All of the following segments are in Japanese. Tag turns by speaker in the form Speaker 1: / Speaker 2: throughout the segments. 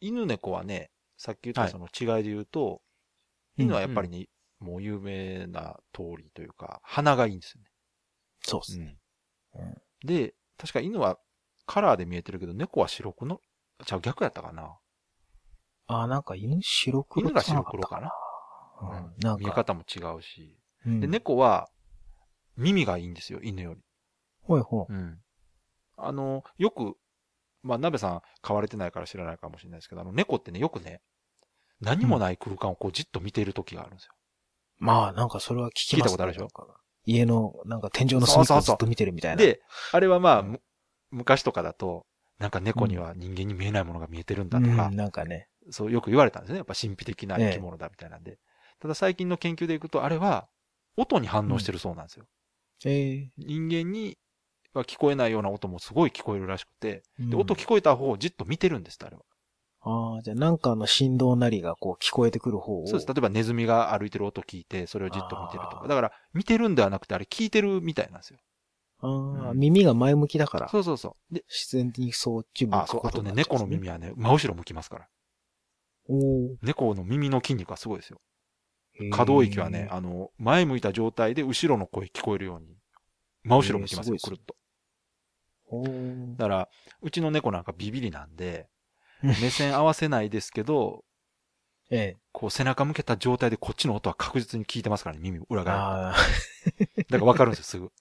Speaker 1: 犬猫はね、さっき言った
Speaker 2: はい
Speaker 1: その違いで言うと、
Speaker 2: うん
Speaker 1: 犬はやっぱりね、もう有名な通りというか、鼻がいいんですよね。
Speaker 2: そうですね。うん
Speaker 1: で、確か犬はカラーで見えてるけど、猫は白黒の、じゃあ逆やったかな。
Speaker 2: あ、なんか犬白黒
Speaker 1: 犬が白黒か
Speaker 2: な。
Speaker 1: な。
Speaker 2: うん
Speaker 1: うん
Speaker 2: なん
Speaker 1: 見え
Speaker 2: か、
Speaker 1: 方も違うし。
Speaker 2: うん
Speaker 1: で、猫は耳がいいんですよ、犬より。
Speaker 2: ほいほい。
Speaker 1: うん。あの、よく、まあ、鍋さん飼われてないから知らないかもしれないですけど、あの、猫ってね、よくね、何もない空間をこうじっと見ている時があるんですよ。
Speaker 2: まあ、なんかそれは聞き
Speaker 1: 聞い
Speaker 2: ます、
Speaker 1: たことあるでしょ
Speaker 2: なんか家の、なんか天井の隅
Speaker 1: そうそ
Speaker 2: っこ
Speaker 1: うそう
Speaker 2: ずっと見てるみたいな。
Speaker 1: で、あれはまあ、
Speaker 2: うん
Speaker 1: む昔とかだと、なんか猫には人間に見えないものが見えてるんだ
Speaker 2: う
Speaker 1: と
Speaker 2: ん
Speaker 1: か、
Speaker 2: なんかね。
Speaker 1: そうよく言われたんですね。やっぱ神秘的な生き物だみたいなんで。ただ最近の研究でいくと、あれは音に反応してるそうなんですよ。
Speaker 2: え
Speaker 1: 人間には聞こえないような音もすごい聞こえるらしくて、
Speaker 2: ー
Speaker 1: で、音聞こえた方をじっと見てるんですって、あれは。
Speaker 2: ああ、じゃあなんかの振動なりがこう聞こえてくる方を。
Speaker 1: そうです。例えばネズミが歩いてる音聞いて、それをじっと見てると
Speaker 2: あ
Speaker 1: か。
Speaker 2: ー
Speaker 1: だから、見てるんではなくて、あれ聞いてるみたいなんですよ。
Speaker 2: あー
Speaker 1: うん
Speaker 2: 耳が前向きだから、
Speaker 1: そうそうそう。で、
Speaker 2: 自然にそうっち向
Speaker 1: あ、
Speaker 2: く
Speaker 1: そう、
Speaker 2: こ
Speaker 1: あと
Speaker 2: に
Speaker 1: ね、
Speaker 2: なっちゃ
Speaker 1: 猫の
Speaker 2: うんです
Speaker 1: 耳はね、真後ろ向きますから。
Speaker 2: おー
Speaker 1: 猫の耳の筋肉はすごいですよ。
Speaker 2: へー
Speaker 1: 可動域はね、あの、前向いた状態で後ろの声聞こえるように、真後ろ向きますよ、
Speaker 2: へーす
Speaker 1: く
Speaker 2: ご
Speaker 1: る
Speaker 2: い
Speaker 1: っと。
Speaker 2: おー
Speaker 1: だから、うちの猫なんかビビりなんで、
Speaker 2: うん
Speaker 1: 目線合わせないですけど、
Speaker 2: え
Speaker 1: こう背中向けた状態でこっちの音は確実に聞いてますからね、耳裏
Speaker 2: え。
Speaker 1: 側
Speaker 2: ああ、
Speaker 1: に。だからわかるんですよ、すぐ。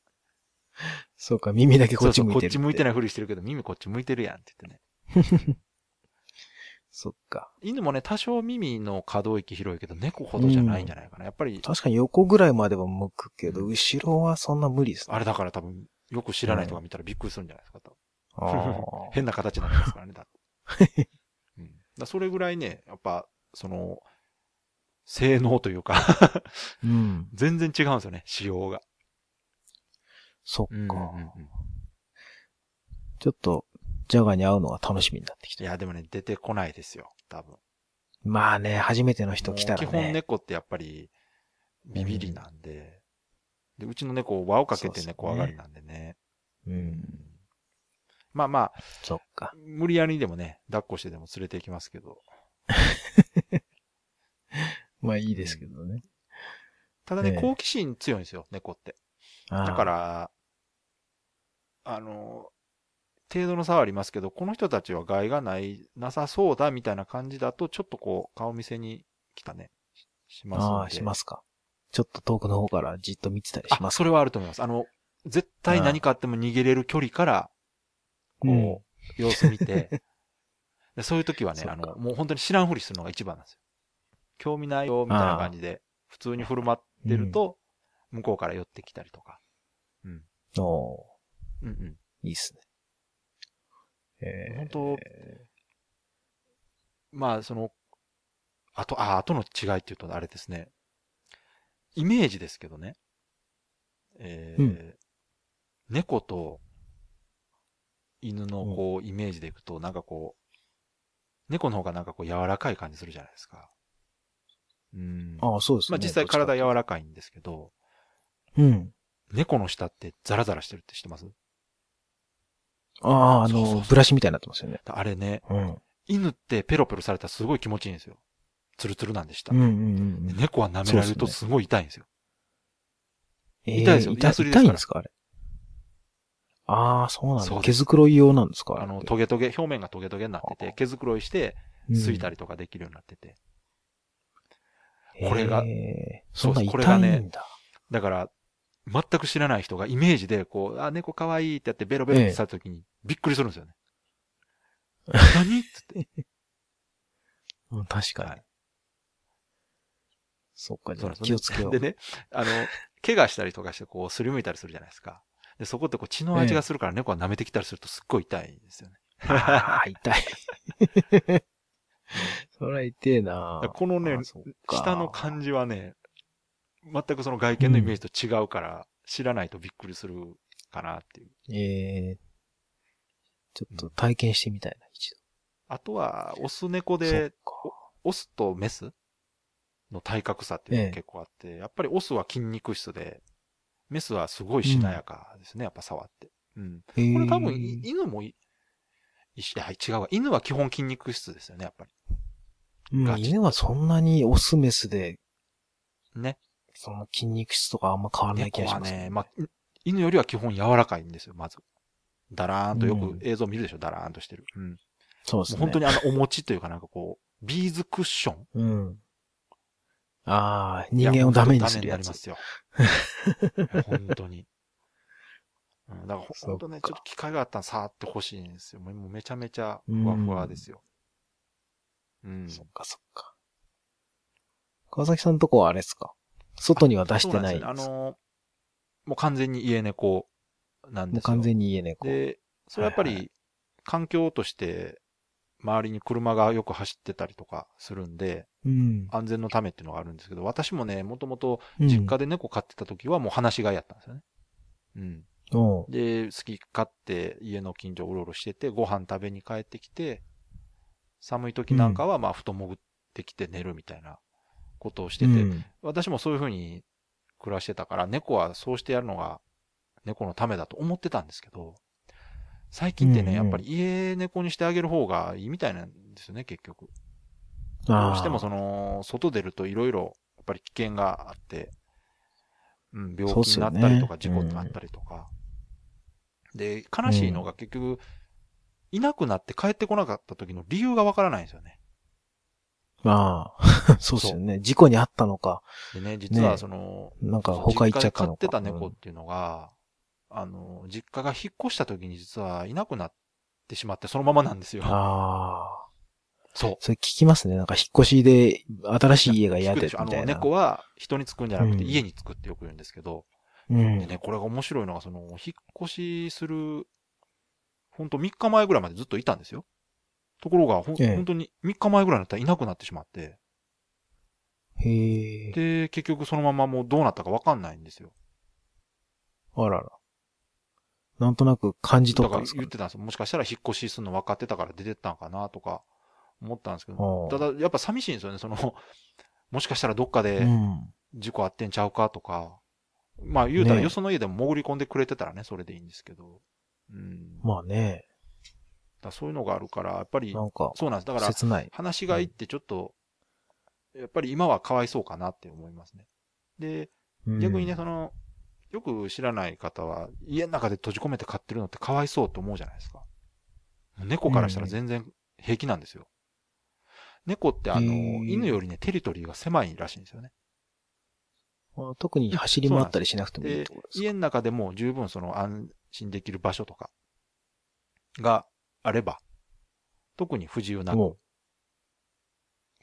Speaker 2: そうか、耳だけ こっち向いてる
Speaker 1: そうそうこっち向いて
Speaker 2: な
Speaker 1: な
Speaker 2: い。
Speaker 1: いふりしてるけど、耳こっち向いてるやんって言ってね。
Speaker 2: そっか。
Speaker 1: 犬もね、多少耳の可動域広いけど、猫ほどじゃないんじゃないかな。やっぱり、
Speaker 2: 確かに横ぐらいまでは向くけど、
Speaker 1: うん
Speaker 2: 後ろはそんな無理ですね。
Speaker 1: あれだから多分、よく知らない人が見たらびっくりするんじゃないですか。多分
Speaker 2: あー
Speaker 1: 変な形になりますからね、だ って。うん、だからそれぐらいね、やっぱ、その、性能というか、
Speaker 2: うん。
Speaker 1: 全然違うんですよね、仕様が。
Speaker 2: そっか。
Speaker 1: うん
Speaker 2: ちょっと、ジャガーに会うのが楽しみになってき
Speaker 1: い
Speaker 2: た。
Speaker 1: や、でもね、出てこないですよ、多分。
Speaker 2: まあね、初めての人来たらね。
Speaker 1: もう基本猫ってやっぱり、ビビりなんで、うで、うちの猫、輪をかけ
Speaker 2: そう
Speaker 1: て
Speaker 2: っすね
Speaker 1: 猫上がりなんでね。
Speaker 2: うん。
Speaker 1: まあまあ、
Speaker 2: そっか。
Speaker 1: 無理やりでもね、抱っこしてでも連れて行きますけど。
Speaker 2: まあいいですけどね。
Speaker 1: ただね、
Speaker 2: ええ
Speaker 1: 好奇心強いんですよ、猫って。
Speaker 2: あー
Speaker 1: だか。ら、あの、程度の差はありますけど、この人たちは害がない、なさそうだみたいな感じだと、ちょっとこう、顔見せに来たね、ししますので。
Speaker 2: ああ、しますか。ちょっと遠くの方からじっと見てたりし
Speaker 1: あ、
Speaker 2: ます。
Speaker 1: それはあると思います。あの、絶対何かあっても逃げれる距離から、こう、様子見て、でそういう時はね
Speaker 2: そ、っ
Speaker 1: あ
Speaker 2: か
Speaker 1: の、もう本当に知らんふりするのが一番なんですよ。興味ないよ、みたいな感じで、普通に振る舞ってると、向こうから寄ってきたりとか。
Speaker 2: うん。お
Speaker 1: うんうん。
Speaker 2: ーいいっすね。え
Speaker 1: 本当まあ、その、あと、あ、あとの違いっていうとあれですね。イメージですけどね。えー
Speaker 2: うん
Speaker 1: 猫と犬のこう、イメージでいくと、なんかこう、猫の方がなんかこう柔らかい感じするじゃないですか。うん。
Speaker 2: ああ、そうです
Speaker 1: ま
Speaker 2: ね。
Speaker 1: あ実際体柔らかいんですけど、
Speaker 2: うん。
Speaker 1: 猫の舌ってザラザラしてるって知ってます
Speaker 2: ああ、あ
Speaker 1: そうそう
Speaker 2: の
Speaker 1: そ、う
Speaker 2: ブラシみたいになってますよね。
Speaker 1: あれね、
Speaker 2: うん。
Speaker 1: 犬ってペロペロされたらすごい気持ちいいんですよ。ツルツルなんでした。
Speaker 2: うんうんうんうん。
Speaker 1: 猫は舐められるとすごい痛いんですよ。
Speaker 2: えー
Speaker 1: 痛いですよ
Speaker 2: 痛
Speaker 1: ヤスリですか
Speaker 2: 痛
Speaker 1: ら
Speaker 2: いんですかあれ。ああ、そうなん
Speaker 1: そ
Speaker 2: だ。
Speaker 1: う
Speaker 2: 毛
Speaker 1: です
Speaker 2: づくろい用なんですか
Speaker 1: あの、
Speaker 2: と、
Speaker 1: トゲトゲ、表面がトゲトゲになって
Speaker 2: あ
Speaker 1: て、毛づくろいして、すいた
Speaker 2: り。
Speaker 1: りとかできるようになってて。これが
Speaker 2: えー
Speaker 1: そ
Speaker 2: そん
Speaker 1: う
Speaker 2: な
Speaker 1: ですこれ
Speaker 2: 痛
Speaker 1: が
Speaker 2: い
Speaker 1: ね
Speaker 2: んだ。
Speaker 1: だから、全く知らない人がイメージで、こう、あ、猫可愛いってやってベロベロってした時に、びっくりするんですよね。何って 言って。
Speaker 2: うん、確かに。
Speaker 1: はい
Speaker 2: そっか、じ
Speaker 1: そう
Speaker 2: ゃ
Speaker 1: なん
Speaker 2: あ
Speaker 1: です
Speaker 2: 気
Speaker 1: よ
Speaker 2: をつけよう。
Speaker 1: でね、あの、怪我したりとかして、こう、すりむいたりするじゃないですか。で、そこってこう、血の味がするから猫は舐めてきたりするとすっごい痛いんですよ ね。
Speaker 2: ああ、痛い。 そりゃ痛えな
Speaker 1: だからこのね
Speaker 2: あーそっか
Speaker 1: 下の感じはね、全くその外見のイメージと違うから、知らないとびっくりするかなっていう。
Speaker 2: ええちょっと体験してみたいな、一
Speaker 1: あとは、オス猫
Speaker 2: 度。
Speaker 1: で、
Speaker 2: そっか
Speaker 1: オスとメスの体格差っていうの
Speaker 2: え
Speaker 1: が
Speaker 2: え
Speaker 1: 結構あって、やっぱりオスは筋肉質で、メスはすごいしなやかですね、やっぱ触って。うん。
Speaker 2: えー
Speaker 1: これ多分、い犬もい、一緒、はい、違うわ。犬は基本筋肉質ですよね、やっぱり。
Speaker 2: うん、
Speaker 1: ガチ
Speaker 2: 犬はそんなにオスメスで、
Speaker 1: ね。
Speaker 2: その筋肉質とかあんま変わらない気
Speaker 1: 猫
Speaker 2: がし
Speaker 1: は
Speaker 2: ます。
Speaker 1: ね、まあ、い犬よりは基本柔らかいんですよ、まず。だらーんとよ
Speaker 2: う
Speaker 1: く
Speaker 2: ん
Speaker 1: 映像見るでしょ、だらーんとしてる。うん。も
Speaker 2: そうです
Speaker 1: う
Speaker 2: ね。
Speaker 1: 本当にあの、お餅というかなんかこう、ビーズクッション
Speaker 2: うん。ああ、人間をダメにするや
Speaker 1: い
Speaker 2: つ。
Speaker 1: や本当にダメになりますよ。本当に。うん、だからほ
Speaker 2: そっか
Speaker 1: 本当ね、ちょっと機会があったら触ってほしいんですよ。もうもうめちゃめちゃふわふわですよ。うん。
Speaker 2: そっかそっか。川崎さんのとこはあれですか外には出してない
Speaker 1: そうなんですよねあのーもう完全に家猫なん
Speaker 2: も
Speaker 1: で
Speaker 2: う
Speaker 1: すよ。
Speaker 2: 完全に家猫。
Speaker 1: で、それはやっぱ
Speaker 2: はいは
Speaker 1: り環境として周りに車がよく走ってたりとかするんで、
Speaker 2: うん。
Speaker 1: 安全のためっていうのがあるんですけど、私もね、もともと
Speaker 2: うん
Speaker 1: 実家で猫飼ってた時はもう放し飼いやったんですよね。うん。
Speaker 2: おう
Speaker 1: で、好き勝手家の近所をうろうろしてて、ご飯食べに帰ってきて、寒い時なんかは、まあ、布団潜ってきて寝るみたいなことをしてて、
Speaker 2: うん
Speaker 1: 私もそういう風に暮らしてたから、猫はそうしてやるのが猫のためだと思ってたんですけど、最近ってね、
Speaker 2: うんうん
Speaker 1: やっぱり家猫にしてあげる方がいいみたいなんですよね、結局。
Speaker 2: ああ
Speaker 1: どうしてもその、外出るといろいろ、やっぱり危険があって、うん、病気になったりとか、
Speaker 2: そうっ
Speaker 1: 事
Speaker 2: すよね
Speaker 1: 故になったりとか。で、悲しいのが結局、いなくなって帰ってこなかった時の理由がわからないんですよね。
Speaker 2: まあ、 そうですよね。事故にあったのか、
Speaker 1: でね、実
Speaker 2: ね
Speaker 1: は
Speaker 2: え
Speaker 1: その、
Speaker 2: なんか他行っちゃった
Speaker 1: 実家で
Speaker 2: のか。
Speaker 1: 飼ってた猫っていうのが、あの、実家が引っ越した時に実はいなくなってしまって、そのままなんですよ。
Speaker 2: ああ。
Speaker 1: そう。
Speaker 2: それ聞きますね。なんか引っ越しで新しい家が
Speaker 1: 聞
Speaker 2: 嫌
Speaker 1: く
Speaker 2: で
Speaker 1: で
Speaker 2: み
Speaker 1: しょあ
Speaker 2: た
Speaker 1: の、
Speaker 2: いな。
Speaker 1: 猫は人につくんじゃなくて
Speaker 2: うん
Speaker 1: 家につくってよく言うんですけど、
Speaker 2: うん
Speaker 1: でね、これが面白いのが、その、引っ越しする、ほんと3日前ぐらいまでずっといたんですよ。ところが、ほん、
Speaker 2: ええ
Speaker 1: 本当に3日前ぐらいになったらいなくなってしまって、
Speaker 2: へえ。
Speaker 1: で、結局そのままもうどうなったかわかんないんですよ。
Speaker 2: あらら。なんとなく感じと
Speaker 1: だ
Speaker 2: か
Speaker 1: から
Speaker 2: んですか
Speaker 1: 言っ
Speaker 2: ね
Speaker 1: てたんですよ。もしかしたら引っ越しするの分かってたから出てったんかなとか思ったんですけ
Speaker 2: お
Speaker 1: ど
Speaker 2: う、
Speaker 1: ただやっぱ寂しいんですよね、その、 もしかしたらどっか
Speaker 2: う
Speaker 1: で
Speaker 2: ん。
Speaker 1: 事故あってんちゃうかとか、まあ言うたら
Speaker 2: ねえ
Speaker 1: よその家でも潜り込んでくれてたらね、それでいいんですけど、うん。だか
Speaker 2: まあね、
Speaker 1: らそういうのがあるから、やっぱり
Speaker 2: な、んか、
Speaker 1: そうなんです。だから、
Speaker 2: 切ない。
Speaker 1: 話し飼いってちょっと、やっぱり今はかわいそうかなって思いますね。で、
Speaker 2: うん
Speaker 1: 逆にね、その、よく知らない方は、家の中で閉じ込めて飼ってるのってかわいそうと思うじゃないですか。猫からしたら全然平気なんですよ。猫ってあの、
Speaker 2: へー
Speaker 1: 犬よりね、テリトリーが狭いらしいんですよね。
Speaker 2: まあ特に走り回ったりしなくてもいい
Speaker 1: で
Speaker 2: ってことですか。
Speaker 1: 家の中でも十分その安心できる場所とかがあれば、特に不自由なく
Speaker 2: も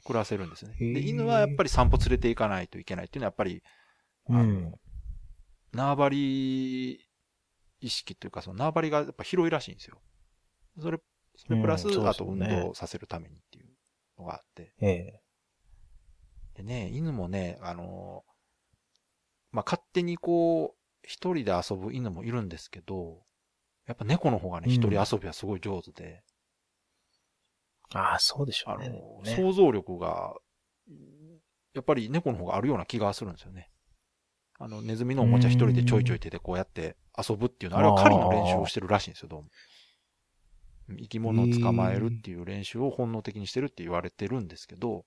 Speaker 1: 暮らせるんですね。
Speaker 2: へー
Speaker 1: で、犬はやっぱり散歩連れて行かないといけないっていうのはやっぱり、
Speaker 2: う、うん。
Speaker 1: 縄張り意識というか、その縄張りがやっぱ広いらしいんですよ。それ、それプラス、
Speaker 2: うんそうで
Speaker 1: あ
Speaker 2: すよ
Speaker 1: と運
Speaker 2: ね
Speaker 1: 動させるためにっていうのがあって。
Speaker 2: ええ。
Speaker 1: でね、犬もね、あのーまあ、勝手にこう、一人で遊ぶ犬もいるんですけど、やっぱ猫の方がね、
Speaker 2: うん
Speaker 1: 一人遊びはすごい上手で、
Speaker 2: ああ、そうでしょ
Speaker 1: あ
Speaker 2: う
Speaker 1: の
Speaker 2: ね。
Speaker 1: ー
Speaker 2: でもね
Speaker 1: 想像力が、やっぱり猫の方があるような気がするんですよね。あの、ネズミのおもちゃ一人でちょいちょい手でこうやって遊ぶっていうのは、あれは狩りの練習をしてるらしいんですよ、どうも。生き物を捕まえるっていう練習を本能的にしてるって言われてるんですけど、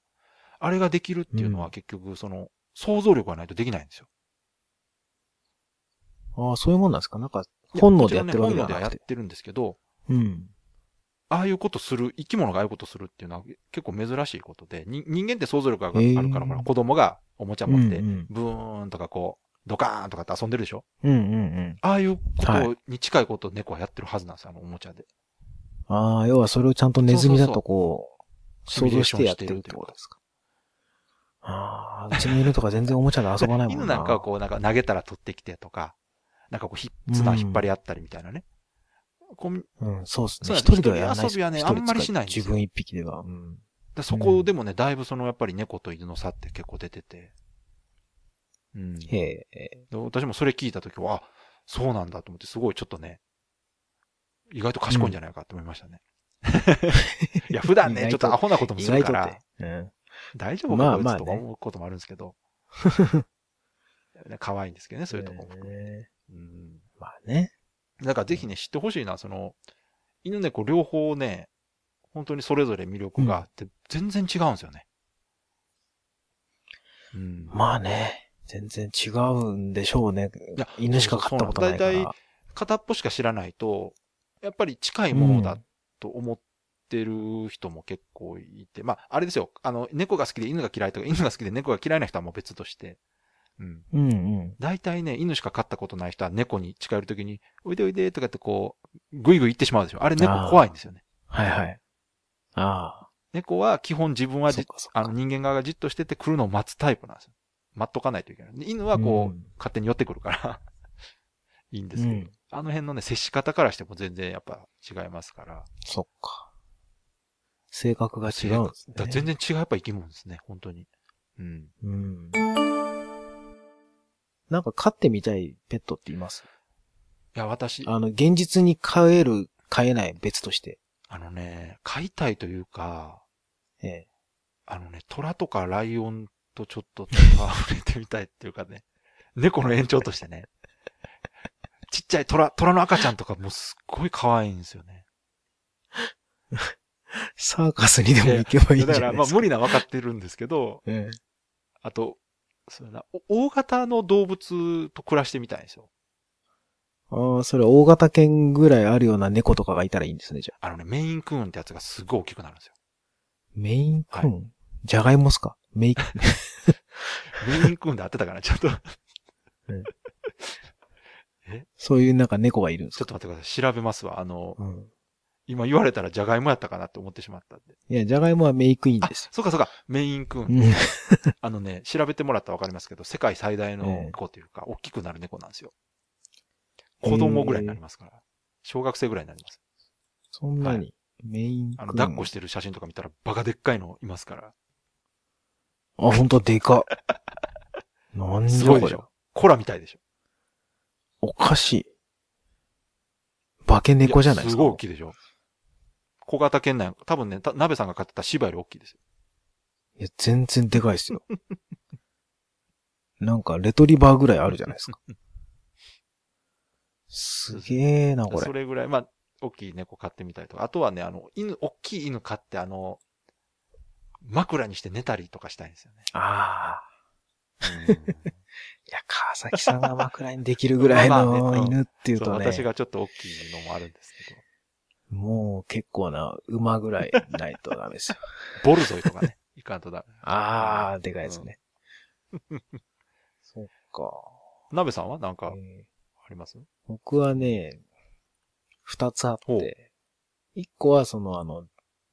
Speaker 1: あれができるっていうの
Speaker 2: う
Speaker 1: は
Speaker 2: ん
Speaker 1: 結局その、想像力がないとできないんですよ。
Speaker 2: ああ、そういうもんなんですかなんか、本能でやってるわけ
Speaker 1: いや
Speaker 2: で
Speaker 1: もちろんね本能
Speaker 2: は
Speaker 1: では
Speaker 2: な
Speaker 1: や
Speaker 2: く。
Speaker 1: っててるんですけど、
Speaker 2: うん。
Speaker 1: ああいうことする、生き物がああいうことするっていうのは結構珍しいことで、に人間って想像力が
Speaker 2: へー
Speaker 1: あるから、ほら、子供がおもちゃ持って
Speaker 2: う、ん
Speaker 1: ブーンとかこう、ドカーンとかって遊んでるでしょ
Speaker 2: うん。うんうんうん。
Speaker 1: ああいうこ
Speaker 2: は
Speaker 1: とに近いことを猫はやってるはずなんですよ、あのおもちゃで。
Speaker 2: ああ、要はそれをちゃんとネズミだとこう、
Speaker 1: そうそうそう
Speaker 2: 想像してやってるってことですか。ああ、うちの犬とか全然おもちゃで遊ばないもん な。
Speaker 1: 犬なんかはこう、なんか投げたら取ってきてとか、なんかこうひ、綱引っ張り合ったりみたいなね。コミ
Speaker 2: うん、そうです
Speaker 1: そう
Speaker 2: ね。
Speaker 1: なん
Speaker 2: 一
Speaker 1: です
Speaker 2: 人ではやらないで
Speaker 1: 一人
Speaker 2: す
Speaker 1: 遊びはね
Speaker 2: 一人
Speaker 1: あんまりしないんですよ
Speaker 2: 自分一匹では。うん。
Speaker 1: だそこでもね、だいぶそのやっぱり猫と犬の差って結構出てて。うん。
Speaker 2: へえ。
Speaker 1: で私もそれ聞いたときは、あ、そうなんだと思って、すごいちょっとね、意外と賢いんじゃないかと思いました ね。いや、普段
Speaker 2: 意
Speaker 1: ね、
Speaker 2: 外
Speaker 1: ちょ
Speaker 2: と
Speaker 1: っとアホなことも
Speaker 2: 意
Speaker 1: する
Speaker 2: 外
Speaker 1: か
Speaker 2: とっ
Speaker 1: ら
Speaker 2: て、。うん。
Speaker 1: 大丈夫か
Speaker 2: まあ
Speaker 1: こい
Speaker 2: まあ
Speaker 1: つと
Speaker 2: ね
Speaker 1: か思うこともあるんですけど。 可愛いんですけどね、そういうとこも含めて。
Speaker 2: ね
Speaker 1: うん。
Speaker 2: まあね。
Speaker 1: だからぜひね、知ってほしいな、その、犬猫両方ね、本当にそれぞれ魅力があって、全然違うんですよね。うん。
Speaker 2: まあね、全然違うんでしょうね
Speaker 1: いや。
Speaker 2: 犬しか飼ったことないか
Speaker 1: そう
Speaker 2: ら。
Speaker 1: そうそう片っぽしか知らないと、やっぱり近いものだと思ってる人も結構いて、まあ、あれですよ。あの、猫が好きで犬が嫌いとか、犬が好きで猫が嫌いな人はもう別として。うん。
Speaker 2: うんうん。
Speaker 1: 大体ね、犬しか飼ったことない人は猫に近寄るときに、おいでおいでとかってこう、ぐいぐい行ってしまうでしょ。あれ猫怖いんですよね。
Speaker 2: はいはい。あ
Speaker 1: 猫は基本自分
Speaker 2: あ。
Speaker 1: は
Speaker 2: そ
Speaker 1: じ
Speaker 2: っかそっか
Speaker 1: あの人間側がじっとしてて来るのを待つタイプなんですよ。待っとかないといけない。で犬はこう、
Speaker 2: うん
Speaker 1: 勝手に寄ってくるから、 いいんですけど、
Speaker 2: うん
Speaker 1: あの辺のね、接し方からしても全然やっぱ違いますから。
Speaker 2: そっか。性格が違うんですね。
Speaker 1: だから全然違うやっぱ生き物ですね、本当に。うん。
Speaker 2: うん。なんか飼ってみたいペットっています
Speaker 1: いや、私、あ
Speaker 2: あの、現実に飼える、飼えない別として。
Speaker 1: のね、飼いたいというか、
Speaker 2: ええ。
Speaker 1: あのね、虎とかライオンとちょっと触れてみたいっていうかね、 猫の延長としてね。 ちっちゃい虎、虎の赤ちゃんとかもうすっごい可愛いんですよね。
Speaker 2: サーカスにでも行けばいいん
Speaker 1: だ
Speaker 2: じゃ
Speaker 1: か
Speaker 2: な
Speaker 1: ら、
Speaker 2: い
Speaker 1: ま
Speaker 2: で
Speaker 1: あ
Speaker 2: すか。
Speaker 1: 無理な分かってるんですけど、
Speaker 2: ええ
Speaker 1: あと、そうだな、お大型の動物と暮らしてみたいんですよ。
Speaker 2: ああ、それ大型犬ぐらいあるような猫とかがいたらいいんですね、じゃあ。
Speaker 1: あのね、メインクーンってやつがすごい大きくなるんですよ。
Speaker 2: メインクーンじゃがいもっすかメ イ、
Speaker 1: メインクーンで合ってたかなち ょっと、ちょっ
Speaker 2: そういうなんか猫がいるんですか
Speaker 1: と待ってください。調べますわ。あの、
Speaker 2: うん。
Speaker 1: 今言われたらジャガイモやったかなって思ってしまったんで。
Speaker 2: いや、じゃがいもはメイクイン
Speaker 1: あ
Speaker 2: で、す。
Speaker 1: そうかそうか、メインクー
Speaker 2: う
Speaker 1: ン。
Speaker 2: ん。
Speaker 1: あのね、調べてもらったらわかりますけど、世界最大の猫というか、大きくなる猫なんですよ。子供ぐらいになりますから。小学生ぐらいになります。
Speaker 2: そんなに、
Speaker 1: は
Speaker 2: メインクーン。
Speaker 1: あの、抱っこしてる写真とか見たらバカでっかいのいますから。
Speaker 2: あ、ほんとで かっ。なん
Speaker 1: す
Speaker 2: じ
Speaker 1: ご
Speaker 2: ゃ
Speaker 1: いで
Speaker 2: こ
Speaker 1: し
Speaker 2: れ
Speaker 1: ょ。。コラみたいでしょ。
Speaker 2: おかしい。化け猫じゃないですか。
Speaker 1: やすごい大きいでしょ。小型犬なん多分ね、た鍋さんが飼ってた芝より大きいですよ。
Speaker 2: いや、全然でかいですよ。 なんか、レトリバーぐらいあるじゃないです か。すげえな、こ
Speaker 1: そ
Speaker 2: れ。
Speaker 1: れぐらい、まあ、大きい猫飼ってみたりとか。あとはね、あの、犬、大きい犬飼って、あの、枕にして寝たりとかしたいんですよ
Speaker 2: ああ。
Speaker 1: ね。
Speaker 2: いや、川崎さんが枕にできるぐらい
Speaker 1: まあ
Speaker 2: の
Speaker 1: まあね
Speaker 2: 犬っていう
Speaker 1: そう
Speaker 2: とね、
Speaker 1: 私がちょっと大きいのもあるんですけ
Speaker 2: もう結構な馬ぐらいないとダメですよ。
Speaker 1: ど、ボルゾイとかね、いかんとだ。
Speaker 2: ああ、でかいですね。そっか。
Speaker 1: 鍋さんはなんか
Speaker 2: えー
Speaker 1: あります
Speaker 2: 僕はね、二つあっ
Speaker 1: ほう
Speaker 2: て、一個はそのあの、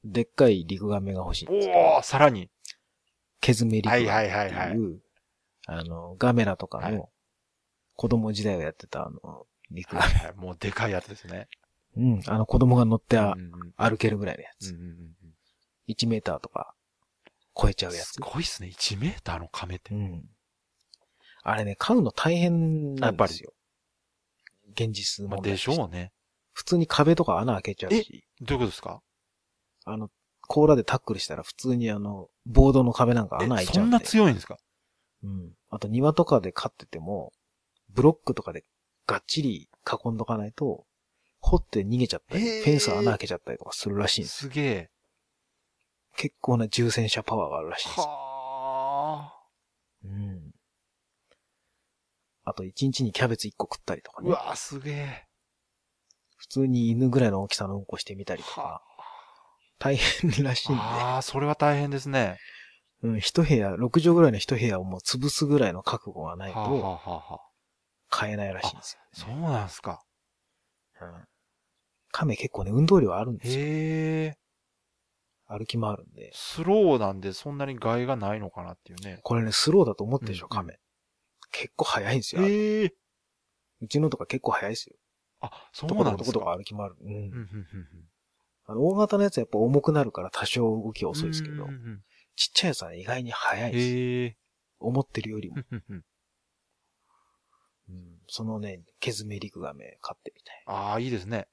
Speaker 2: でっかいリクガメが欲しいん
Speaker 1: お
Speaker 2: ですけど。
Speaker 1: おーさらに。
Speaker 2: ケズメリクガメっていう、
Speaker 1: はいはいはい
Speaker 2: あの、ガメラとか
Speaker 1: は
Speaker 2: の、子供時代をやってたあの、リク
Speaker 1: はい
Speaker 2: ガメ。
Speaker 1: はいもうでかいやつですね。
Speaker 2: うん、あの子供が乗ってあ
Speaker 1: うんうんうん
Speaker 2: 歩けるぐらいのや
Speaker 1: うん
Speaker 2: つ。
Speaker 1: うんうんうん
Speaker 2: 1メーターとか、超えちゃうや
Speaker 1: す
Speaker 2: つ。
Speaker 1: ごいっすね。1メーターの亀って
Speaker 2: う。ん。あれね、飼うの大変なんですよ。現実
Speaker 1: まあ
Speaker 2: 問題
Speaker 1: で
Speaker 2: と
Speaker 1: してょうね。
Speaker 2: 普通に壁とか穴開けちゃうし、
Speaker 1: どういうことですか
Speaker 2: あの、甲羅でタックルしたら普通にあの、ボードの壁なんか
Speaker 1: え
Speaker 2: 穴開いち
Speaker 1: そ
Speaker 2: ゃうんん
Speaker 1: な
Speaker 2: で。
Speaker 1: 強いんですか
Speaker 2: うん。あと庭とかで飼ってても、ブロックとかでがっちり囲んどかないと、掘って逃げちゃったり、
Speaker 1: へー
Speaker 2: フェンス穴開けちゃったりとかするらしいんです。
Speaker 1: すげえ。
Speaker 2: 結構な重戦車パワーがあるらしいんですよ。
Speaker 1: は
Speaker 2: うん。あと一日にキャベツ一個食ったりとか
Speaker 1: あ。
Speaker 2: ね
Speaker 1: う。わすげえ。
Speaker 2: 普通に犬ぐらいの大きさのうんこしてみたりと
Speaker 1: は
Speaker 2: か、大変らしいんで、
Speaker 1: ああー、それは大変ですね。
Speaker 2: うん、一部屋、6畳ぐらいの一部屋をもう潰すぐらいの覚悟がな
Speaker 1: はいあ、はあ
Speaker 2: と、
Speaker 1: はあはあ、
Speaker 2: 飼えないらしいんですよ
Speaker 1: そ
Speaker 2: ね、
Speaker 1: うなんですか。
Speaker 2: うん亀結構ね、運動量あるんですよ。
Speaker 1: へえ。
Speaker 2: 歩き回るんで。
Speaker 1: スローなんでそんなに害がないのかなっていうね。
Speaker 2: これね、スローだと思ってるでしょ、
Speaker 1: うん
Speaker 2: 亀。結構速いんですよ。
Speaker 1: ええ。
Speaker 2: うちのとか結構速いですよ。
Speaker 1: あ、そ
Speaker 2: どこ
Speaker 1: う
Speaker 2: ど
Speaker 1: なん
Speaker 2: こ
Speaker 1: で
Speaker 2: どこ
Speaker 1: す
Speaker 2: どこ
Speaker 1: か。
Speaker 2: 歩き回る。うん
Speaker 1: うんうんうんうん
Speaker 2: あの大型のやつはやっぱ重くなるから多少動きは遅いですけど
Speaker 1: うんう、ん
Speaker 2: ちっちゃいやつは意外に速
Speaker 1: うん
Speaker 2: いです。
Speaker 1: へえ。
Speaker 2: 思ってるよりも。
Speaker 1: うんうんうん
Speaker 2: うんそのね、ケズメリクガメ飼ってみたい。
Speaker 1: ああ、いいですね。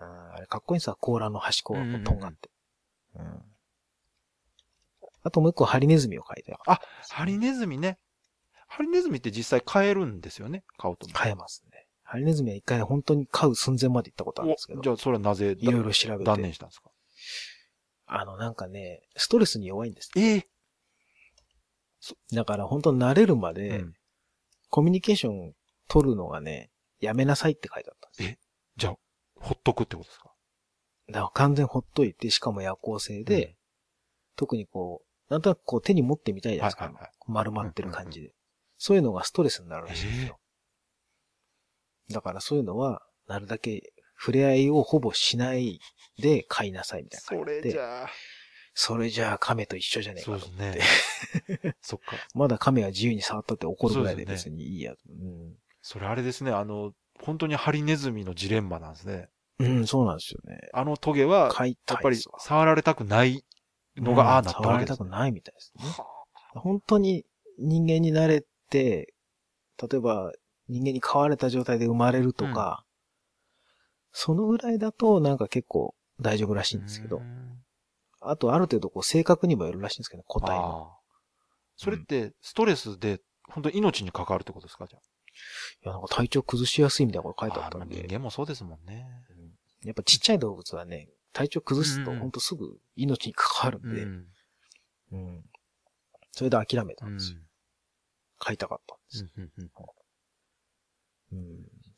Speaker 2: あーあれかっこいいんですよ。甲羅の端っこがこ
Speaker 1: うんうんう
Speaker 2: うんとんがって。うん。あともう一個ハリネズミを飼いたい。
Speaker 1: あ、ハリネズミね。ハリネズミって実際飼えるんですよね。飼うと思う。
Speaker 2: 飼えますね。ハリネズミは一回本当に飼う寸前まで行ったことあるんですけ
Speaker 1: おじ
Speaker 2: ど、
Speaker 1: ゃあそれはなぜだ
Speaker 2: いろいろ調べ
Speaker 1: 断
Speaker 2: て
Speaker 1: 念、したんですか
Speaker 2: あのなんかね、ストレスに弱いんです。
Speaker 1: ええ
Speaker 2: だから本当慣れるまで、
Speaker 1: うん
Speaker 2: コミュニケーション取るのがね、やめなさいって書いてあったんですよ。
Speaker 1: じゃあ、ほっとくってことですか
Speaker 2: だから完全ほっといて、しかも夜行性で、
Speaker 1: うん
Speaker 2: 特にこう、なんとなくこう手に持ってみたいじゃないですか。
Speaker 1: はいはいはい
Speaker 2: 丸まってる感じで、そういうのがストレスになるらしいんですよ。だからそういうのは、なるだけ触れ合いをほぼしないで飼いなさいみたいな
Speaker 1: そ
Speaker 2: 感じで。
Speaker 1: れじゃあ。
Speaker 2: それじゃあ亀と一緒じゃねえ
Speaker 1: そう
Speaker 2: か
Speaker 1: で
Speaker 2: と
Speaker 1: す。ね。 そっか。
Speaker 2: まだ亀は自由に触ったって怒るぐらいで
Speaker 1: そうです
Speaker 2: 別にいいや。うん
Speaker 1: それあれですね、あの、本当にハリネズミのジレンマなんですね。
Speaker 2: うん、そうなんですよね。
Speaker 1: あのトゲは、
Speaker 2: 飼いた
Speaker 1: や
Speaker 2: い
Speaker 1: っぱり
Speaker 2: ですわ
Speaker 1: 触られたくないの
Speaker 2: うん
Speaker 1: が、ああなった
Speaker 2: 触
Speaker 1: わ
Speaker 2: ら
Speaker 1: け
Speaker 2: れ
Speaker 1: で
Speaker 2: た
Speaker 1: す
Speaker 2: く
Speaker 1: ね。
Speaker 2: ないみたいですね。
Speaker 1: は
Speaker 2: 本当に人間に慣れて、例えば人間に飼われた状態で生まれるとか、そのぐらいだとなんか結構大丈夫らしいんですけ
Speaker 1: う
Speaker 2: ど
Speaker 1: ー、ん
Speaker 2: あとある程度こう性格にもよるらしいんですけど、個体の。
Speaker 1: ああそれって、ストレスで、本当に命に関わるってことですかじゃ
Speaker 2: いや、なんか体調崩しやすいみたいなこと
Speaker 1: あ。
Speaker 2: 書いてあった
Speaker 1: あ
Speaker 2: ん
Speaker 1: ー人
Speaker 2: で、
Speaker 1: 間もそうですもんね。
Speaker 2: うんやっぱちっちゃい動物はね、体調崩すと
Speaker 1: うんうん
Speaker 2: ほんとすぐ命に関わる
Speaker 1: うん
Speaker 2: で、
Speaker 1: ん。
Speaker 2: うんそれで諦めた
Speaker 1: うんん
Speaker 2: ですよ。飼いたかったんですよ。
Speaker 1: うんうん
Speaker 2: うん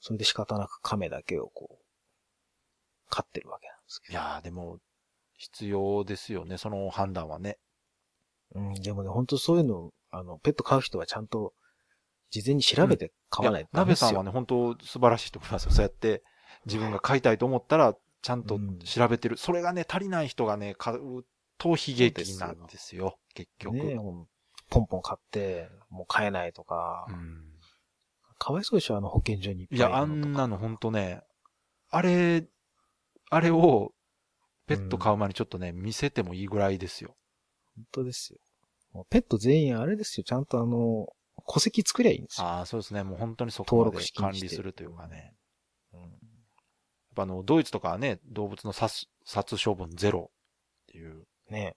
Speaker 2: それで仕方なく亀だけをこう、飼ってるわけなんです
Speaker 1: い
Speaker 2: けど。
Speaker 1: やーでも、必要ですよね、その判断はね。
Speaker 2: うん、でもね、本当そういうの、あの、ペット飼う人はちゃんと、事前に調べて飼わない
Speaker 1: や
Speaker 2: とダ
Speaker 1: 鍋
Speaker 2: メです
Speaker 1: さん
Speaker 2: よ。
Speaker 1: はね、本当素晴らしいと思いますよ。そうやって、自分が飼いたいと思ったら、ちゃんと調べてる。それがね、足りない人がね、買うと悲劇なんですよ、結局。
Speaker 2: ねえもうポンポン飼って、もう飼えないとか、
Speaker 1: うん
Speaker 2: かわいそうでしょ、あの保健所にいっぱ
Speaker 1: い
Speaker 2: いいる
Speaker 1: や、あ
Speaker 2: のと
Speaker 1: ん
Speaker 2: か
Speaker 1: なの本当ね、あれ、あれを、ペット飼う前にちょっとね、見せてもいいぐらいですよ。
Speaker 2: 本当ですよ。もうペット全員あれですよ、ちゃんとあの、戸籍作りゃいいんですよ。
Speaker 1: ああ、そうですね。もう本当にそこま
Speaker 2: 登
Speaker 1: で
Speaker 2: 録式
Speaker 1: 管
Speaker 2: にして
Speaker 1: 理するというかね。
Speaker 2: うん
Speaker 1: やっぱあの、ドイツとかはね、動物の殺、殺処分ゼロっていう。
Speaker 2: ねえ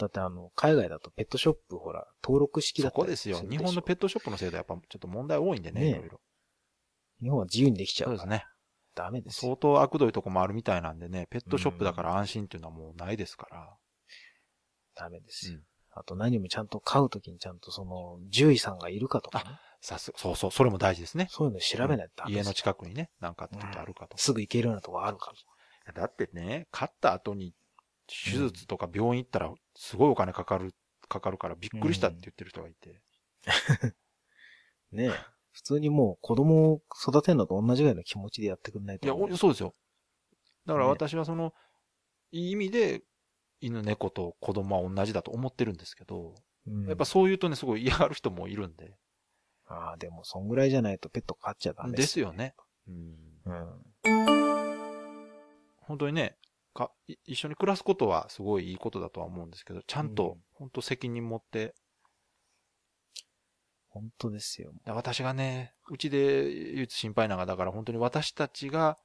Speaker 2: だってあの、海外だとペットショップ、ほら、登録式だ
Speaker 1: そ
Speaker 2: った
Speaker 1: こ
Speaker 2: り
Speaker 1: ですよ。
Speaker 2: る
Speaker 1: 日本のペットショップの制度はやっぱちょっと問題多いんでね、
Speaker 2: ね
Speaker 1: いろいろ。
Speaker 2: 日本は自由にできちゃ
Speaker 1: そう
Speaker 2: う
Speaker 1: で
Speaker 2: か
Speaker 1: す
Speaker 2: ら、
Speaker 1: ね。
Speaker 2: ダメですよ。
Speaker 1: 相当悪どいとこもあるみたいなんでね、ペットショップだから安心っていうのはもうないですから。
Speaker 2: ダメですよ。
Speaker 1: うん
Speaker 2: あと何もちゃんと飼うときにちゃんとその、獣医さんがいるかとかね、
Speaker 1: さすが、そうそう、それも大事ですね。
Speaker 2: そういうの調べないとダメで
Speaker 1: 家
Speaker 2: すよ
Speaker 1: の近くにね、なんかあった時あるかとか。
Speaker 2: すぐ行けるようなとこあるか
Speaker 1: だってね、飼った後に手術とか病院行ったらすごいお金かかる、かかるからびっくりしたって言ってる人がいて。
Speaker 2: ら。 ねえ普通にもう子供を育てるのと同じぐらいの気持ちでやってくんないと。
Speaker 1: いや、おそうですよ。だから
Speaker 2: ね
Speaker 1: 私はその、いい意味で、犬、猫と子供は同じだと思ってるんですけど、
Speaker 2: うん
Speaker 1: やっぱそう言うとね、すごい嫌がる人もいるんで。
Speaker 2: ああ、でもそんぐらいじゃないとペット飼っちゃダメ
Speaker 1: ですよ。ね。うん
Speaker 2: うん。
Speaker 1: 本当にねか、い一緒に暮らすことはすごいいいことだとは思うんですけど、ちゃん
Speaker 2: う
Speaker 1: と
Speaker 2: ん、
Speaker 1: 本当責任持って、
Speaker 2: 本当ですよ。
Speaker 1: だ私がね、うちで唯一心配なのが、だから本当に私たちが、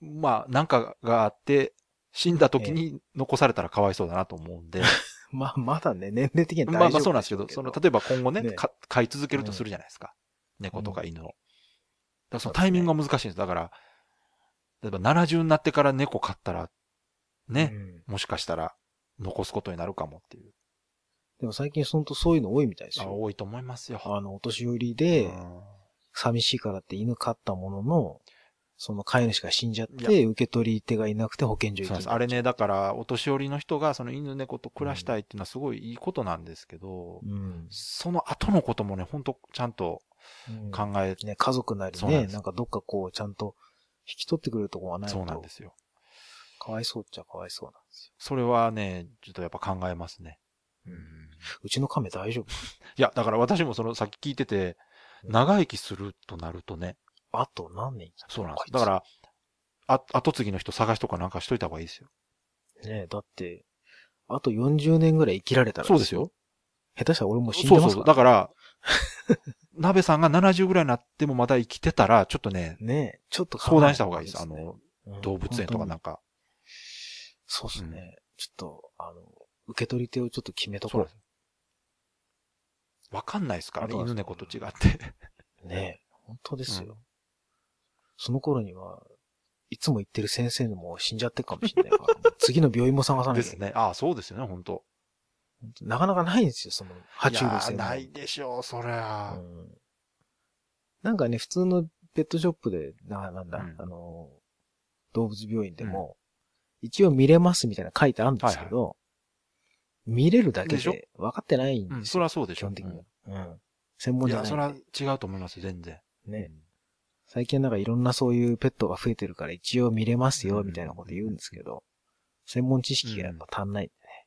Speaker 1: まあ、なんかがあって、死んだ時に残されたらかわいそうだなと思うんで、
Speaker 2: まあ、まだね、年齢的には
Speaker 1: まあ ま
Speaker 2: 大丈夫
Speaker 1: あそうなんで
Speaker 2: で
Speaker 1: す
Speaker 2: し
Speaker 1: け
Speaker 2: ょう
Speaker 1: ど、
Speaker 2: け
Speaker 1: そ
Speaker 2: ど。
Speaker 1: の、例えば今後ね、
Speaker 2: ね
Speaker 1: か飼い続けるとするじゃないですか。猫とか犬を。だからそのタイミングが難しいんです。だから、例えば70になってから猫飼ったら、ね、
Speaker 2: うん
Speaker 1: もしかしたら残すことになるかもっていう。
Speaker 2: でも最近本当そういうの多いみたいです
Speaker 1: あ
Speaker 2: よ。
Speaker 1: 多いと思いますよ。
Speaker 2: あの、お年寄り
Speaker 1: う
Speaker 2: で、
Speaker 1: ん
Speaker 2: 寂しいからって犬飼ったものの、その飼い主が死んじゃっ
Speaker 1: い
Speaker 2: て、受け取り手がいなくて保健所
Speaker 1: そう
Speaker 2: 行
Speaker 1: なん
Speaker 2: き
Speaker 1: です。
Speaker 2: に
Speaker 1: あれね、だから、お年寄りの人が、その犬猫と暮らしたいっていうのはすごいいいことなんですけど、
Speaker 2: うん。
Speaker 1: その後のこともね、ほんと、ちゃんと
Speaker 2: うん
Speaker 1: 考え、
Speaker 2: ね、家族なり
Speaker 1: そうなん
Speaker 2: ね、
Speaker 1: です
Speaker 2: なんかどっかこう、ちゃんと引き取ってくれるとこがないと。
Speaker 1: そうなんですよ。
Speaker 2: かわいそうっちゃかわいそうなんです
Speaker 1: それはね、ちょっとやっぱ考えますね。
Speaker 2: よ。うちの亀大丈夫
Speaker 1: いや、だから私もその、さっき聞いてて、長生きするとなるとね、
Speaker 2: あと何年
Speaker 1: そうなんです。だから、あ、後継ぎの人探しとかなんかしといた方がいいですよ。
Speaker 2: ら。ねだって、あと40年ぐらい生きられたら。
Speaker 1: そうですよ。。
Speaker 2: 下手したら俺もう死ん
Speaker 1: そ
Speaker 2: で
Speaker 1: うそ
Speaker 2: ま
Speaker 1: う
Speaker 2: す
Speaker 1: そう。
Speaker 2: から。
Speaker 1: だから、鍋さんが70ぐらいになってもまだ生きてたら、ちょっとね、
Speaker 2: ねちょっと考え
Speaker 1: 相
Speaker 2: な
Speaker 1: 談
Speaker 2: い
Speaker 1: した
Speaker 2: と
Speaker 1: 方
Speaker 2: ダ
Speaker 1: が
Speaker 2: メ
Speaker 1: いいです。あの、
Speaker 2: ねうん
Speaker 1: 動物園とか
Speaker 2: 本当
Speaker 1: な
Speaker 2: に
Speaker 1: んか。
Speaker 2: そうです
Speaker 1: う
Speaker 2: ね。ちょっと、あの、受け取り手をちょっと決めと
Speaker 1: そう
Speaker 2: こ
Speaker 1: なんです。わかんないですから
Speaker 2: あ
Speaker 1: ね、
Speaker 2: とは
Speaker 1: 犬猫と違って。
Speaker 2: う。ね本当ですよ。
Speaker 1: うん
Speaker 2: その頃には、いつも行ってる先生も死んじゃってるかもしれないから、 もう次の病院も探さなきゃ
Speaker 1: で
Speaker 2: いけ
Speaker 1: す
Speaker 2: ない。
Speaker 1: ね。ああ、そうですよね、本当
Speaker 2: なかなかないんですよ、その、爬虫類
Speaker 1: いや
Speaker 2: 専
Speaker 1: ー
Speaker 2: 門
Speaker 1: ないでしょう、そり
Speaker 2: う
Speaker 1: ゃあ。
Speaker 2: んなんかね、普通のペットショップで、な、なんだ、
Speaker 1: うん
Speaker 2: あの、動物病院でも、一応見れますみたいな書いてあるんですけど、見れるだけ
Speaker 1: でしょ
Speaker 2: で分かってないん
Speaker 1: う
Speaker 2: で
Speaker 1: ん、
Speaker 2: す
Speaker 1: そ
Speaker 2: よ、
Speaker 1: りゃそうで
Speaker 2: 基
Speaker 1: しょ。
Speaker 2: 本的には
Speaker 1: う。
Speaker 2: うん。専
Speaker 1: ん
Speaker 2: 門
Speaker 1: い
Speaker 2: じゃ
Speaker 1: や、
Speaker 2: ない
Speaker 1: そ
Speaker 2: ん
Speaker 1: り
Speaker 2: で。
Speaker 1: ゃ違うと思います、全然。
Speaker 2: ね。最近なんかいろんなそういうペットが増えてるから一応見れますよ、みたいなこと言うんですけど、専門知識がやっぱ足んないんでね。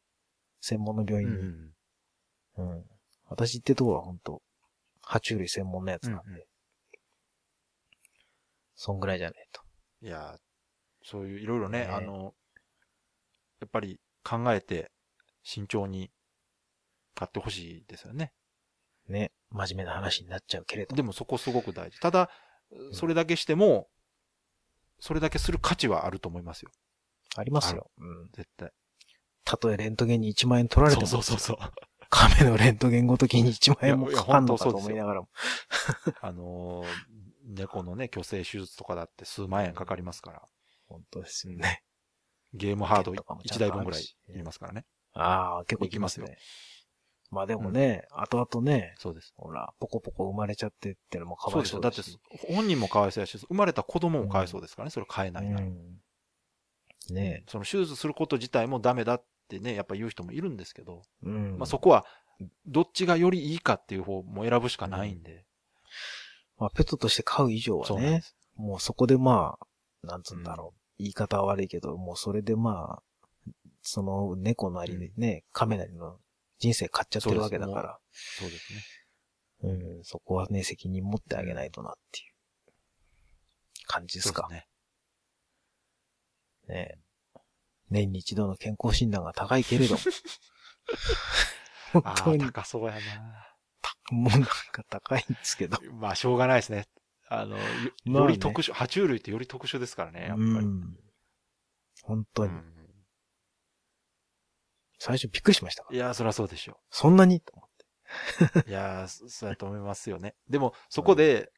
Speaker 2: 専門の病
Speaker 1: うん。う
Speaker 2: 院に。
Speaker 1: ん。
Speaker 2: うん。私行ってるところは本当爬虫類専門のやつなんで。
Speaker 1: うんうん
Speaker 2: そんぐらいじゃないと。
Speaker 1: いやー、そういう、いろいろね、
Speaker 2: ね
Speaker 1: あの、やっぱり考えて慎重に買ってほしいですよね。
Speaker 2: ね。真面目な話になっちゃうけれど。
Speaker 1: でもそこすごく大事。ただ、それだけしても、それだけする価値はあると思いますよ、
Speaker 2: ありますよ。うん。
Speaker 1: 絶対。
Speaker 2: たとえレントゲンに1万円取られて
Speaker 1: そう
Speaker 2: も、
Speaker 1: そうそうそう。
Speaker 2: 亀のレントゲンごときに1万円
Speaker 1: い
Speaker 2: も
Speaker 1: やいや
Speaker 2: かかんのか
Speaker 1: 本当そう
Speaker 2: と
Speaker 1: ですよ
Speaker 2: 思いながらも。
Speaker 1: あのー猫のね、虚勢手術とかだって数万円かかりますから。
Speaker 2: 本当ですよね。
Speaker 1: ゲームハード
Speaker 2: ポケットとかもちゃ
Speaker 1: 1
Speaker 2: んとあ
Speaker 1: 台
Speaker 2: るし
Speaker 1: 分ぐらいいりますからね。
Speaker 2: ああ、結構いきます
Speaker 1: 行
Speaker 2: ね。まあでもね、後々ね、
Speaker 1: そうです。
Speaker 2: ほら、ポコポコ生まれちゃってってのもか
Speaker 1: そ
Speaker 2: わ
Speaker 1: う
Speaker 2: い
Speaker 1: です
Speaker 2: そ
Speaker 1: よ。
Speaker 2: う
Speaker 1: だ
Speaker 2: だ
Speaker 1: って
Speaker 2: し。、
Speaker 1: 本人もかわいそうやし、生まれた子供もかわいそうですからね、それ変えないなら。
Speaker 2: うん。ね
Speaker 1: その手術すること自体もダメだってね、やっぱ言う人もいるんですけど、
Speaker 2: え。うん。
Speaker 1: まあそこは、どっちがよりいいかっていう方も選ぶしかないんで。
Speaker 2: まあ、ペットとして飼う以上は
Speaker 1: そうなんで
Speaker 2: ね、
Speaker 1: す。
Speaker 2: もうそこでまあ、なんつうんだろう。言い方は悪いけど、もうそれでまあ、その猫なりね、亀なりの人生買っちゃってるわけだから、
Speaker 1: そうですね。
Speaker 2: うん、そこはね、責任持ってあげないとなっていう感じですか
Speaker 1: そう。ね。
Speaker 2: ね年に一度の健康診断が高い けれども。
Speaker 1: あ
Speaker 2: 本当
Speaker 1: あ、
Speaker 2: に、
Speaker 1: 高そうや
Speaker 2: もうなんか高いんですけど。
Speaker 1: な。まあしょうがないですね。あの、よ
Speaker 2: まあね
Speaker 1: より特殊、爬虫類ってより特殊ですからね、やっぱり。
Speaker 2: うん。本当に。
Speaker 1: うん
Speaker 2: 最初びっくりしましたから
Speaker 1: いや、そりゃそうで しょう。
Speaker 2: そんなにと思って
Speaker 1: いやー、そそうやと思いますよね。でも、そこで、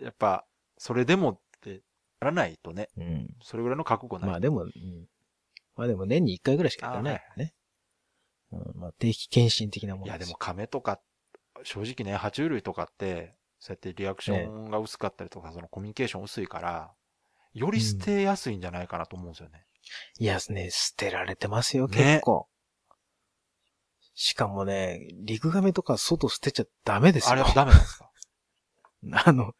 Speaker 1: やっぱ、それでもって、やらないとね、
Speaker 2: うん。
Speaker 1: それぐらいの覚悟ない。
Speaker 2: まあでも、うん、まあでも年に一回ぐらいしかやってない
Speaker 1: あ
Speaker 2: からね。うん、まあ定期検診的なもの
Speaker 1: いや、でも、亀とか、正直ね、爬虫類とかって、そうやってリアクションが薄かったりとか、そのコミュニケーション薄いから、より捨てやすいんじゃないかなと思うんですよね。
Speaker 2: いやね、捨てられてますよ、
Speaker 1: ね
Speaker 2: 結構。しかもね、リクガメとか外捨てちゃダメです
Speaker 1: あ
Speaker 2: よ。
Speaker 1: れはダメなんですか
Speaker 2: あの、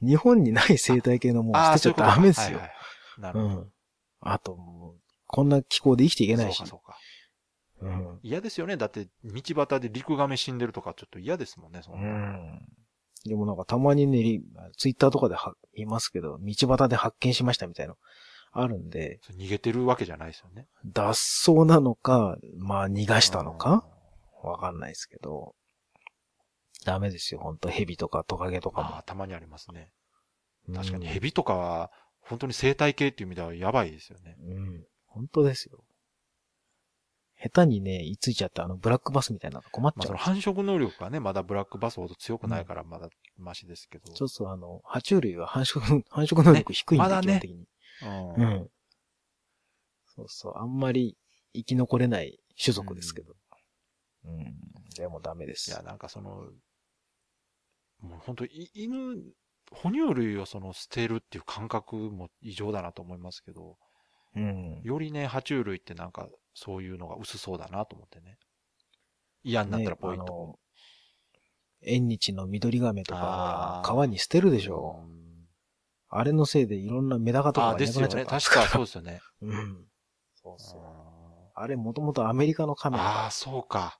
Speaker 2: 日本にない生態系のもの
Speaker 1: あ
Speaker 2: 捨
Speaker 1: あ、
Speaker 2: てち
Speaker 1: そうい
Speaker 2: ゃ
Speaker 1: うことか
Speaker 2: ダメですよ
Speaker 1: はい。はいなる
Speaker 2: う
Speaker 1: ほど。
Speaker 2: ん。あと、もうこんな気候で生きていけな
Speaker 1: そ
Speaker 2: いし
Speaker 1: うか、。そうか。
Speaker 2: うん。
Speaker 1: 嫌ですよね。だって、道端で陸亀死んでるとか、ちょっと嫌ですもんね、その。
Speaker 2: うん。でもなんかたまにね、リツイッターとかでは言いますけど、道端で発見しましたみたいな、あるんで、
Speaker 1: それ逃げてるわけじゃないですよね。
Speaker 2: 脱走なのか、まあ逃がしたのか、わかんないですけど、ダメですよ、ほんと。蛇とかトカゲと
Speaker 1: うんあ
Speaker 2: か
Speaker 1: あ、たまにありますね。
Speaker 2: も。
Speaker 1: 確かに蛇とかは、本当に生態系っていう意味ではやばいですよね。
Speaker 2: うん。うん。本当ですよ。下手にね、居ついちゃったあの、ブラックバスみたいなのが困っ
Speaker 1: まあ
Speaker 2: ちゃ
Speaker 1: そうの。繁殖能力がね、まだブラックバスほど強くないからまだマシですけど。
Speaker 2: ちょっとあの、爬虫類は繁殖、 繁殖能力低いんで、
Speaker 1: ねまだね
Speaker 2: 基本的に。
Speaker 1: う。
Speaker 2: うんん。そうそう、あんまり生き残れない種族ですけど。うん。でもダメで
Speaker 1: い
Speaker 2: す
Speaker 1: や、。なんかその、もう本当い犬、哺乳類をその捨てるっていう感覚も異常だなと思いますけど、
Speaker 2: うん。
Speaker 1: よりね、爬虫類ってなんかそういうのが薄そうだなと思ってね。嫌になったらポイン
Speaker 2: ねあ
Speaker 1: ト。
Speaker 2: の縁日の緑亀とか
Speaker 1: あー
Speaker 2: 川に捨てるでしょ。
Speaker 1: うん
Speaker 2: あれのせいでいろんなメダカと
Speaker 1: あ
Speaker 2: か
Speaker 1: あ、
Speaker 2: が
Speaker 1: で
Speaker 2: いな
Speaker 1: す
Speaker 2: く
Speaker 1: よ
Speaker 2: なっちゃ
Speaker 1: ね。
Speaker 2: っ
Speaker 1: 確
Speaker 2: た。
Speaker 1: かそうですよね。
Speaker 2: うん。そう そう。
Speaker 1: うん
Speaker 2: あれもともとアメリカの亀だから
Speaker 1: ああ、そうか。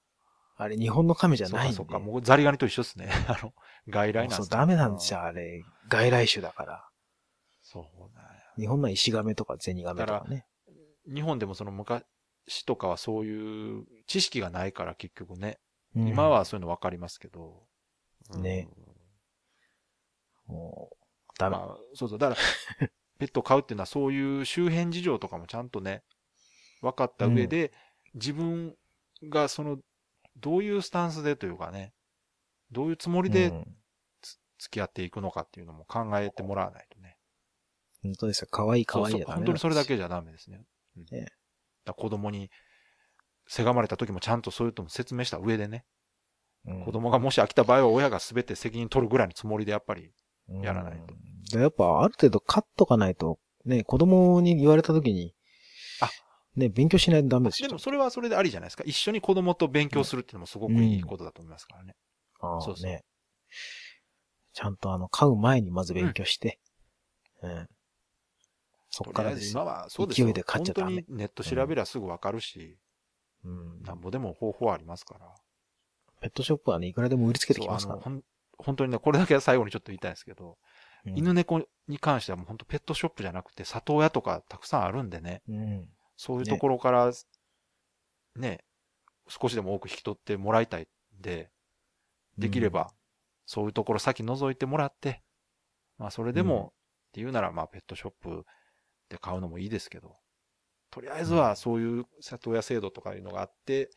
Speaker 2: あれ日本の亀じゃないんで。
Speaker 1: そうか、そうか。もうザリガニと一緒ですね。 あの、外来なん
Speaker 2: そう
Speaker 1: ですね
Speaker 2: ダメなんですよ、。あれ。外来種だから。
Speaker 1: そうなんや
Speaker 2: 日本のは石亀とかゼニガメとかね。
Speaker 1: 日本でもその昔とかはそういう知識がないから結局ね。
Speaker 2: うん
Speaker 1: 今はそういうの分かりますけど。うん
Speaker 2: ね。もう、ダメ。
Speaker 1: まあ、そうそう。だ から、ペット飼うっていうのはそういう周辺事情とかもちゃんとね、分かった上で、自分がその、どういうスタンスでというかね、どういうつもりで
Speaker 2: うん
Speaker 1: つ付き合っていくのかっていうのも考えてもらわないとね。
Speaker 2: 本当ですよ。可愛い可愛い
Speaker 1: そうそ
Speaker 2: じゃ
Speaker 1: う
Speaker 2: ダメ
Speaker 1: 本
Speaker 2: なん
Speaker 1: 当
Speaker 2: で
Speaker 1: に
Speaker 2: す
Speaker 1: そ
Speaker 2: よ
Speaker 1: れだけじゃダメですね。うん
Speaker 2: ええ
Speaker 1: だから子供にせがまれた時もちゃんとそういうとも説明した上でね、
Speaker 2: うん
Speaker 1: 子供がもし飽きた場合は親が全て責任取るぐらいのつもりでやっぱり、やらないと
Speaker 2: うんでやっぱある程度勝っとかないと、ね、子供に言われた時に、
Speaker 1: あ
Speaker 2: ね、勉強しないとダメです
Speaker 1: で
Speaker 2: よ。
Speaker 1: もそれはそれでありじゃないですか。一緒に子供と勉強するっていうのもすごくいいことだと思いますからね。
Speaker 2: ああ
Speaker 1: そうそう
Speaker 2: ね。ちゃんとあの、飼う前にまず勉強して、うん。そっ
Speaker 1: と
Speaker 2: か
Speaker 1: りあ
Speaker 2: ら
Speaker 1: え
Speaker 2: で
Speaker 1: ず
Speaker 2: す
Speaker 1: 今
Speaker 2: よ。
Speaker 1: はそうですよ
Speaker 2: 勢いで勝っちゃダメ
Speaker 1: 本当にネット調べりゃすぐわかるし、
Speaker 2: うん。
Speaker 1: なんぼでも方法はありますから。
Speaker 2: ペットショップはね、いくらでも売りつけてきます
Speaker 1: そう
Speaker 2: か
Speaker 1: あ
Speaker 2: ら
Speaker 1: の。ほん本当にね、これだけは最後にちょっと言いたいんですけど、
Speaker 2: うん
Speaker 1: 犬猫に関してはもう本当ペットショップじゃなくて里親とかたくさんあるんでね、
Speaker 2: うん。
Speaker 1: そういうところから、ね、少しでも多く引き取ってもらいたいんで、できれば、そういうところ先覗いてもらって、まあそれで
Speaker 2: うん
Speaker 1: も、っていうならまあペットショップで買うのもいいですけど、とりあえずはそういう里親制度とかいうのがあって、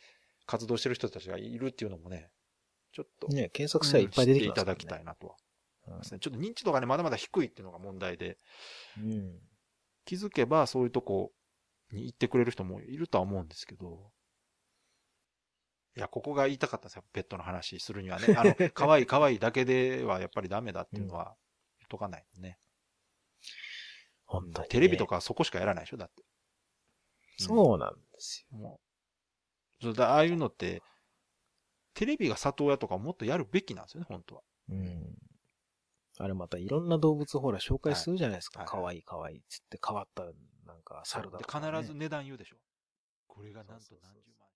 Speaker 1: 活動してる人たちがいるっていうのもね、ちょっと、
Speaker 2: ね、検索したらいっぱい出てき
Speaker 1: 知っ
Speaker 2: ます
Speaker 1: ていた
Speaker 2: から
Speaker 1: だ
Speaker 2: ね
Speaker 1: きたいなとは思いますね。ちょっと認知度がね、まだまだ低いっていうのが問題で、
Speaker 2: うん。
Speaker 1: 気づけばそういうとこに行ってくれる人もいるとは思うんですけど、いや、ここが言いたかったんですよ。ペットの話するにはね。あの、 可愛い可愛いだけではやっぱりダメだっていうのは言っとかないとね。
Speaker 2: 本当にね、
Speaker 1: テレビとかはそこしかやらないでしょだって。
Speaker 2: そうなんです
Speaker 1: もう。そうだああいうのって、テレビが里親とかもっとやるべきなんですよね、本当は。
Speaker 2: よ。うん。あれまたいろんな動物ほら紹介するじゃないですか。
Speaker 1: はい
Speaker 2: かわいいかわいいっつって変わった、なんか猿だ
Speaker 1: で
Speaker 2: とか、ね。
Speaker 1: 必ず値段言うでしょ。これがなんと何十万円。